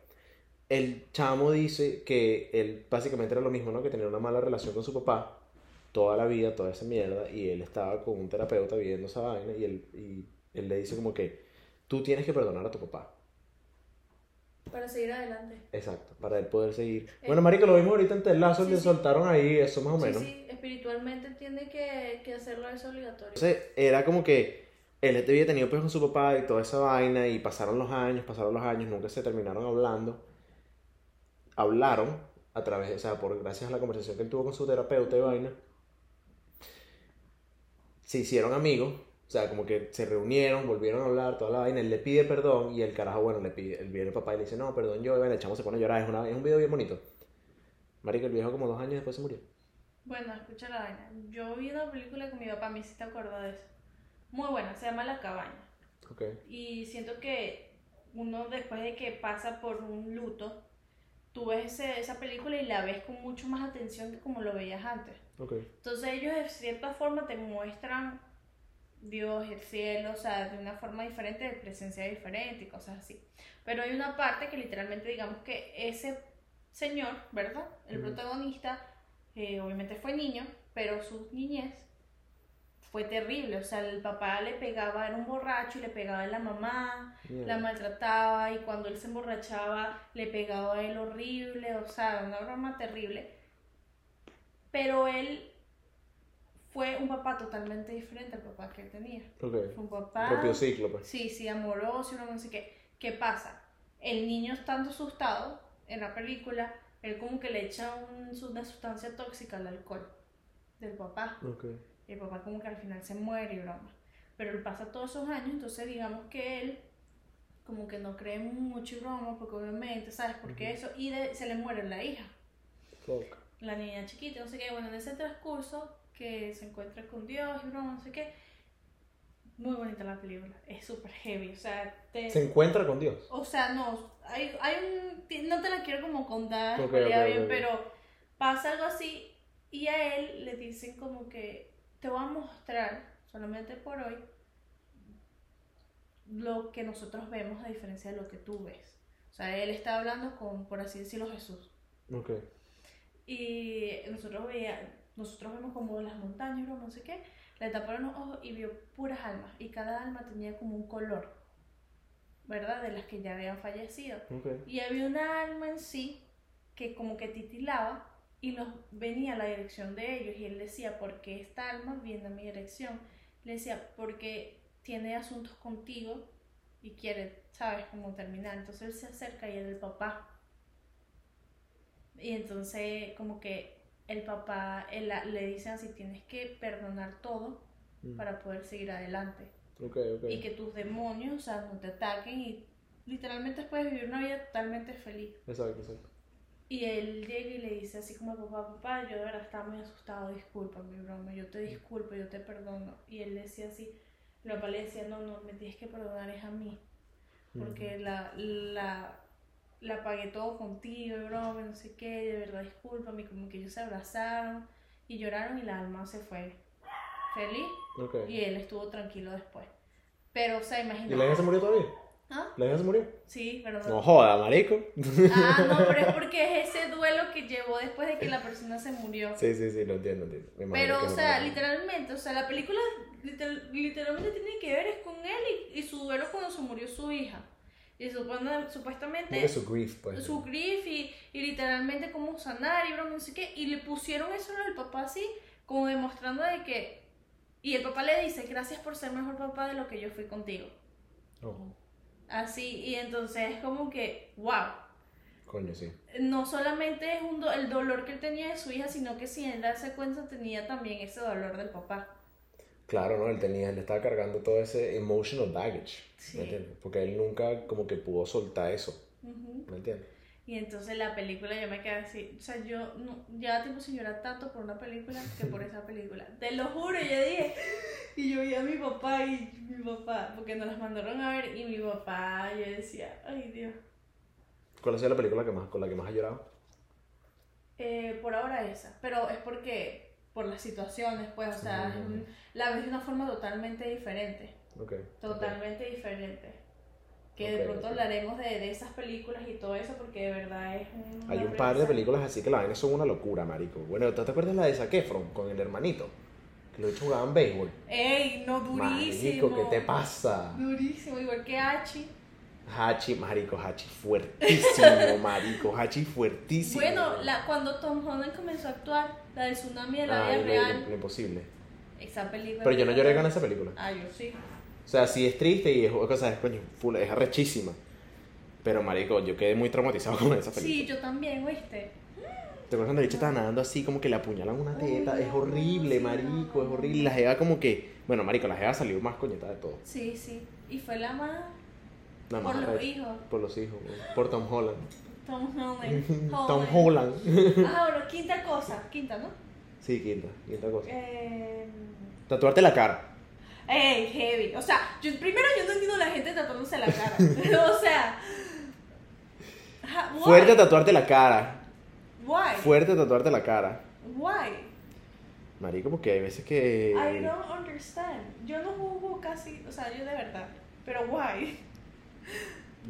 el chamo dice que él básicamente era lo mismo, ¿no? Que tenía una mala relación con su papá toda la vida, toda esa mierda, y él estaba con un terapeuta viviendo esa vaina, y él, y él le dice como que tú tienes que perdonar a tu papá.
Para seguir adelante.
Exacto, para él poder seguir. Bueno, marico, lo vimos ahorita en Telazo,
Eh, Sí,
le
sí.
soltaron ahí, eso más o menos.
Sí, sí, espiritualmente tiene que, que hacerlo, es obligatorio.
Entonces era como que él había tenido pues con su papá y toda esa vaina y pasaron los años, pasaron los años, nunca se terminaron hablando. Hablaron a través, o sea, por gracias a la conversación que él tuvo con su terapeuta y vaina. Se hicieron amigos, o sea, como que se reunieron, volvieron a hablar, toda la vaina, él le pide perdón y el carajo, bueno, le pide, él viene el papá y le dice, no, perdón yo, y bueno, el chamo se pone a llorar, es, una, es un video bien bonito. Marico, el viejo como dos años después se murió.
Bueno, escucha la vaina. Yo vi una película con mi papá, me hiciste acordar de eso. Muy buena, se llama La Cabaña.
Ok.
Y siento que uno después de que pasa por un luto, tú ves ese- esa película y la ves con mucho más atención que como lo veías antes.
Ok.
Entonces ellos de cierta forma te muestran Dios, el cielo, o sea, de una forma diferente, de presencia diferente y cosas así. Pero hay una parte que literalmente digamos que ese señor, ¿verdad? El
Ujú.
protagonista, eh, obviamente fue niño, pero su niñez fue terrible. O sea, el papá le pegaba, era un borracho y le pegaba a la mamá, la maltrataba y cuando él se emborrachaba le pegaba a él horrible, o sea, una broma terrible. Pero él fue un papá totalmente diferente al papá que él tenía.
Ok.
Fue un papá
Propio ciclo, pues.
Sí, sí, amoroso, no sé qué. ¿Qué pasa? El niño estando asustado en la película, él como que le echa un- una sustancia tóxica al alcohol del papá.
Ok.
El papá como que al final se muere y broma. Pero él pasa todos esos años, entonces digamos que él como que no cree mucho y broma, porque obviamente, ¿sabes por qué
Ujú.
eso? Y de- se le muere la hija,
Fuck.
la niña chiquita, no sé qué. Bueno, en ese transcurso que se encuentra con Dios y broma, no sé qué. Muy bonita la película, es súper heavy, o sea, te...
Se encuentra con Dios.
O sea, no, hay, hay un... ti- No te la quiero como contar,
Ok, ok,
spoilear bien,
ok, ok.
pero pasa algo así y a él le dicen como que te voy a mostrar, solamente por hoy, lo que nosotros vemos a diferencia de lo que tú ves. O sea, él está hablando con, por así decirlo, Jesús.
Ok.
Y nosotros veía, nosotros vemos como las montañas, bro, no sé qué. Le taparon los ojos y vio puras almas. Y cada alma tenía como un color, ¿verdad? De las que ya habían fallecido.
Ok.
Y había una alma en sí que como que titilaba y nos venía a la dirección de ellos. Y él decía, ¿por qué esta alma viene a mi dirección? Le decía, porque tiene asuntos contigo y quiere, ¿sabes?, cómo terminar. Entonces él se acerca y era el papá. Y entonces como que el papá él la- le dicen así, tienes que perdonar todo
Mm.
para poder seguir adelante
Ok, ok.
y que tus demonios, o sea, no te ataquen y literalmente puedes vivir una vida totalmente feliz.
Exacto, exacto.
Y él llega y le dice así como papá, papá, yo de verdad estaba muy asustado, disculpa mi broma, yo te disculpo, yo te perdono. Y él decía así, el papá le decía, no, no, me tienes que perdonar, es a mí,
Mm.
porque la, la, la pagué todo contigo, y broma, no sé qué, de verdad discúlpame, como que ellos se abrazaron y lloraron y la alma se fue feliz
Mm. Ok.
y él estuvo tranquilo después. Pero, o sea,
¿Y la
imagínate.
hija se murió todavía?
¿Ah?
¿La hija se murió?
Sí, perdón.
No joda, marico.
Ah, no, pero es porque es ese duelo que llevó después de que la persona se murió.
Sí, sí, sí, lo entiendo, entiendo. Me imagino
Pero,
que
o
no
sea,
me-
literalmente, o sea, la película literal- literalmente tiene que ver es con él y, y su duelo cuando se murió su hija. Y supone-
Como que
supuestamente
su grief, pues.
su grief y, y literalmente cómo sanar y broma, no sé qué. Y le pusieron eso al papá así, como demostrando de que... Y el papá le dice, gracias por ser mejor papá de lo que yo fui contigo.
Ojo.
Así, y entonces es como que, wow.
Coño, sí.
No solamente es un do- el dolor que él tenía de su hija, sino que sin él darse cuenta tenía también ese dolor del papá.
Claro, ¿no? Él tenía, él estaba cargando todo ese emotional baggage.
Sí.
¿Me entiendes? Porque él nunca como que pudo soltar eso.
Ujú.
¿Me entiendes?
Y entonces la película yo me quedé así, o sea, yo no, ya tipo sin llorar tanto por una película que por esa película. Te lo juro, yo dije, y yo vi a mi papá y mi papá, porque nos las mandaron a ver y mi papá, yo decía, ay Dios.
¿Cuál ha sido la película que más, con la que más has llorado?
Eh, por ahora esa, pero es porque por las situaciones, pues, o sea, es un- la ves de una forma totalmente diferente.
Ok.
Totalmente diferente. Que de
Ok,
pronto
ok.
hablaremos de, de esas películas y todo eso, porque de verdad es un.
Hay un par de películas así que la vaina son una locura, marico. Bueno, ¿tú te acuerdas la de Zac Efron con el hermanito? Que los bichos jugaban béisbol.
¡Ey! No, durísimo.
Marico, ¿qué te pasa?
Durísimo, igual que Hachi.
Hachi, marico, Hachi fuertísimo, marico, Hachi fuertísimo.
bueno, la, cuando Tom Holland comenzó a actuar, la del tsunami de la
Ay,
vida
lo-
real,
lo imposible.
esa película.
Pero yo no lloré con esa película.
Ah, yo sí.
O sea, sí es triste y es cosa es coño, full, es arrechísima. Pero marico, yo quedé muy traumatizado con esa
Sí,
película.
yo también, ¿oíste?
¿Te acuerdas cuando el bicho estaba nadando así como que le apuñalan una
Uy,
teta? es
no,
horrible,
sí,
marico,
no.
es horrible. La jeva como que, bueno, marico, la jeva salió más coñetada de todo.
Sí, sí. Y fue la más.
Nada más
por los
arrecha.
hijos.
por los hijos, güey. por Tom Holland.
Tom Holland.
Tom Holland.
Ah, bueno, quinta cosa. Quinta, ¿no?
Sí, quinta, quinta cosa.
Eh,
Tatuarte la cara.
ey, heavy. O sea, yo, primero yo no entiendo la gente tatuándose la cara. o sea. ja, Why?
Fuerte tatuarte la cara.
Why?
Fuerte tatuarte la cara.
Why?
Marico, porque hay veces que...
I don't understand. Yo no juzgo casi, o sea, yo de verdad. Pero why?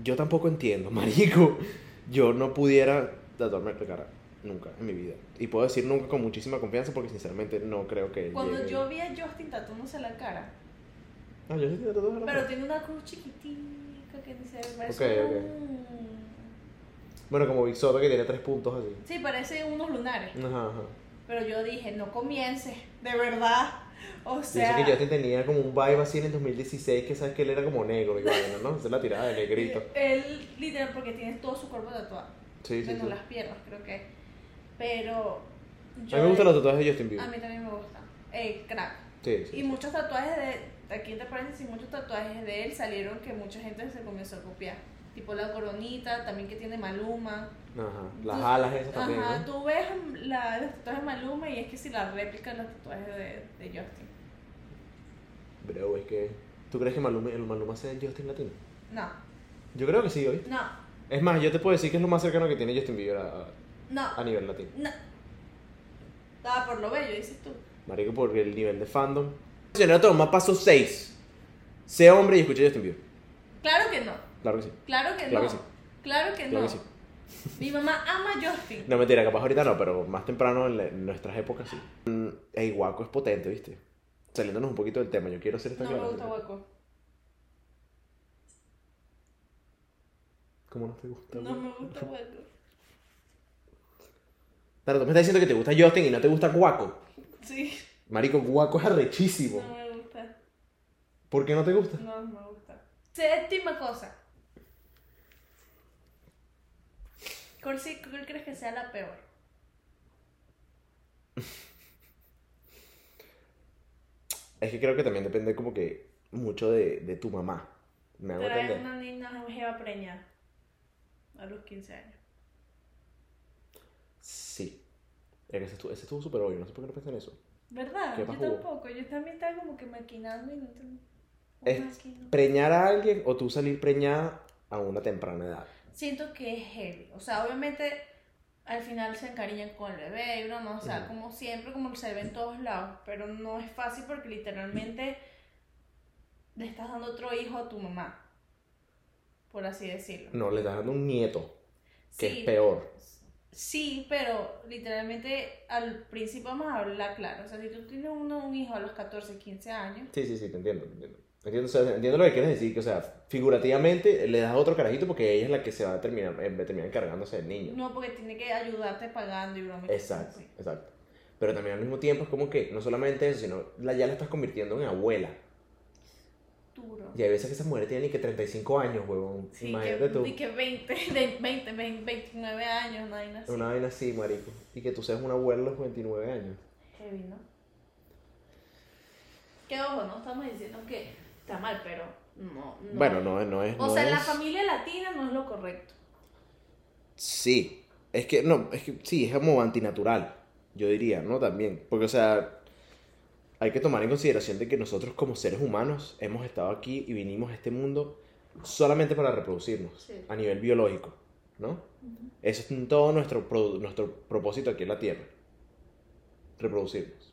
Yo tampoco entiendo, marico. Yo no pudiera tatuarme la cara nunca en mi vida. Y puedo decir nunca con muchísima confianza porque sinceramente no creo que
Cuando
llegue.
yo vi a Justin tatuándose la cara,
Ah, yo sí tengo tatuajes en la
pero
cara.
tiene una cruz chiquitica que dice, parece
Ok, ok.
un-
Bueno, como Big Soda que tiene tres puntos así.
Sí, parece unos lunares.
Ajá, ajá.
Pero yo dije, no comiences, de verdad. O sea,
Dice que Justin tenía como un vibe así en el 2016 que sabes que él era como negro y vaina, ¿no? Esa es la tirada de negrito.
él literal, porque tiene todo su cuerpo tatuado.
Sí, sí,
Bueno,
sí.
las piernas, creo que. Pero.
A mí me gustan los tatuajes de Justin
A
Bieber.
mí también me gusta. Eh, crack.
Sí, sí.
Y muchos tatuajes de. Aquí te paréntesis, muchos tatuajes de él salieron que mucha gente se comenzó a copiar. Tipo la coronita, también que tiene Maluma.
Ajá. Las
Tú-
alas esas también,
Ajá,
¿no?
tú ves la, los tatuajes de Maluma y es que si la réplica de los tatuajes de, de Justin.
Bro, es que... ¿Tú crees que Maluma, el Maluma sea el Justin Latino?
No,
Yo creo que sí, hoy.
no,
Es más, yo te puedo decir que es lo más cercano que tiene Justin Bieber a- a- a
no,
nivel latino.
no. Ah, por lo bello, dices tú.
Marico, por el nivel de fandom. Señora Tomás paso 6. Sé hombre y escuché Justin Bieber.
Claro que no,
Claro que sí.
claro que
Claro
no.
que sí.
Claro que
Claro
no.
que sí.
Mi mamá ama a Justin.
No, mentira, capaz ahorita no, pero más temprano en, la- en nuestras épocas sí. Mm, Ey, Guaco es potente, ¿viste? Saliéndonos un poquito del tema, yo quiero ser esta
No me gusta Hueco.
¿Cómo no te gusta?
No me gusta Hueco.
Claro, tú me estás diciendo que te gusta Justin y no te gusta Guaco.
Sí,
Marico, Guaco es arrechísimo.
no me gusta.
¿Por qué no te gusta?
No me gusta. Séptima cosa. ¿Cuál, sí- cuál crees que sea la peor?
Es que creo que también depende como que mucho de, de tu mamá. Me hago
Traer
entender.
una niña jeva preñada a los 15 años.
Sí. Es que ese estuvo- ese estuvo súper obvio, no sé por qué no pensé en eso.
¿Verdad?
¿Qué
Yo
más hubo?
tampoco. Yo también estaba como que maquinando y no tengo.
Es- preñar a alguien o tú salir preñada a una temprana edad.
Siento que es heavy. O sea, obviamente al final se encariñan con el bebé y uno no, o sea,
Ujú.
como siempre, como se ve en todos lados. Pero no es fácil porque literalmente le estás dando otro hijo a tu mamá. Por así decirlo.
No, le estás dando un nieto, que
Sí,
es peor.
Sí, pero literalmente al principio vamos a hablar claro. O sea, si tú tienes uno, un hijo a los 14, 15 años,
Sí, sí, sí, te entiendo. Te entiendo. Entiendo, o sea, entiendo lo que quieres decir, que o sea, figurativamente le das otro carajito porque ella es la que se va a terminar, eh, va a terminar encargándose del niño.
no, porque tiene que ayudarte pagando y broma. y cosas
Exacto,
así.
exacto. Pero también al mismo tiempo es como que no solamente eso, sino la, ya la estás convirtiendo en abuela.
Duro.
Y hay veces que esas mujeres tienen ni que 35 años, huevón.
Sí,
Imagínate
que,
tú.
y que 20, de 20, 20, 29 años, una vaina así.
Una vaina así, marico. Y que tú seas una abuela a los 29 años.
Heavy, ¿no? Que ojo, no estamos diciendo que está mal, pero no. no.
Bueno, no, no es.
O
no
sea, en la
es-
familia latina no es lo correcto.
Sí, es que no, es que sí, es como antinatural, yo diría, ¿no? También, porque o sea, hay que tomar en consideración de que nosotros como seres humanos hemos estado aquí y vinimos a este mundo solamente para reproducirnos
Sí.
a nivel biológico, ¿no? Eso es todo nuestro, pro- nuestro propósito aquí en la Tierra, reproducirnos.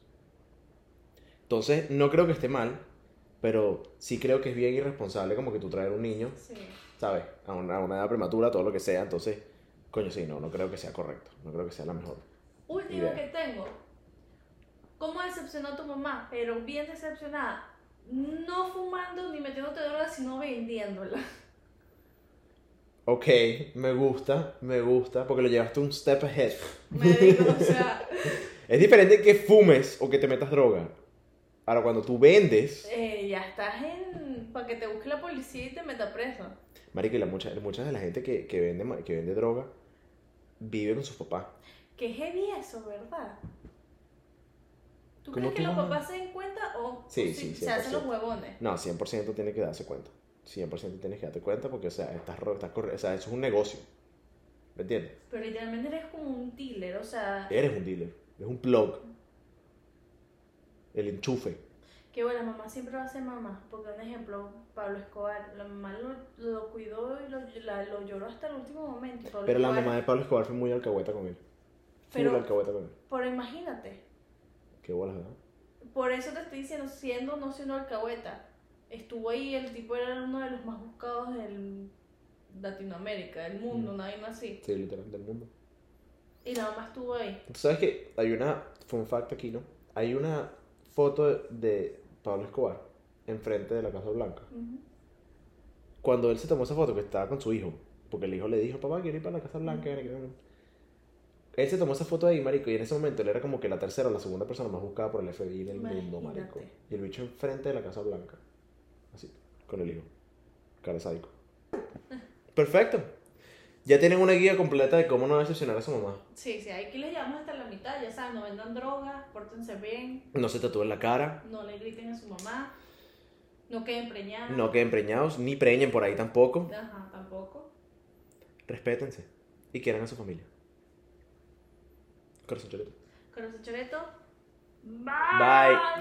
Entonces, no creo que esté mal, pero sí creo que es bien irresponsable como que tú traer un niño
Sí.
¿sabes? A una, a una edad prematura, todo lo que sea. Entonces, coño, sí, no, no creo que sea correcto. No creo que sea la mejor.
Último
Idea.
que tengo. ¿Cómo decepcionó tu mamá? Pero bien decepcionada. No fumando ni metiéndote droga, sino vendiéndola.
Ok, me gusta, me gusta, porque lo llevaste un step ahead.
Me digo, o sea,
Es diferente que fumes o que te metas droga. Ahora, cuando tú vendes,
eh, ya estás en. para que te busque la policía y te meta preso.
marico, y la mucha, mucha de la gente que, que vende, ma- que vende droga vive con sus papás.
Qué heavy eso, ¿verdad? ¿Tú
¿Cómo
crees que
tu
los
mamá?
papás se den cuenta o
Sí,
o
sí,
se hacen los
100%.
huevones?
No, 100% tienes que darse cuenta. 100% tienes que darte cuenta porque, o sea, estás, ro- estás corre- o sea, eso es un negocio. ¿Me entiendes?
Pero literalmente eres como un dealer, o sea,
Eres un dealer, eres un plug. El enchufe.
que bueno, mamá siempre va a ser mamá. Porque un ejemplo, Pablo Escobar, la mamá lo, lo cuidó y lo, la- lo lloró hasta el último momento. y Pablo
Pero la
Escobar-
mamá de Pablo Escobar fue muy alcahueta con él. Fue
Pero-
muy alcahueta con él.
Pero imagínate,
Qué bolas, ¿verdad?
por eso te estoy diciendo, siendo o no siendo alcahueta, estuvo ahí, el tipo era uno de los más buscados del Latinoamérica, del mundo,
Mm.
nadie más así.
Sí, literalmente del mundo.
Y la mamá estuvo ahí.
Tú sabes que hay una, fun fact aquí, ¿no? Hay una foto de Pablo Escobar enfrente de la Casa Blanca.
Ujú.
Cuando él se tomó esa foto, que estaba con su hijo, porque el hijo le dijo, papá, quiero ir para la Casa Blanca. quiero ir". Él se tomó esa foto ahí, marico, y en ese momento él era como que la tercera o la segunda persona más buscada por el FBI del mundo,
Imagínate.
marico. Y el bicho enfrente de la Casa Blanca. Así, con el hijo. Cara de sádico. Perfecto. Ya tienen una guía completa de cómo no decepcionar a su mamá.
Sí, sí, aquí les llevamos hasta la mitad, ya saben, no vendan drogas, pórtense bien,
No se tatúen la cara.
no le griten a su mamá, no queden preñadas.
No queden preñados, ni preñen por ahí tampoco.
Ajá, tampoco.
Respétense y quieran a su familia. Corazón chocolate.
Carlos Choreto.
Bye.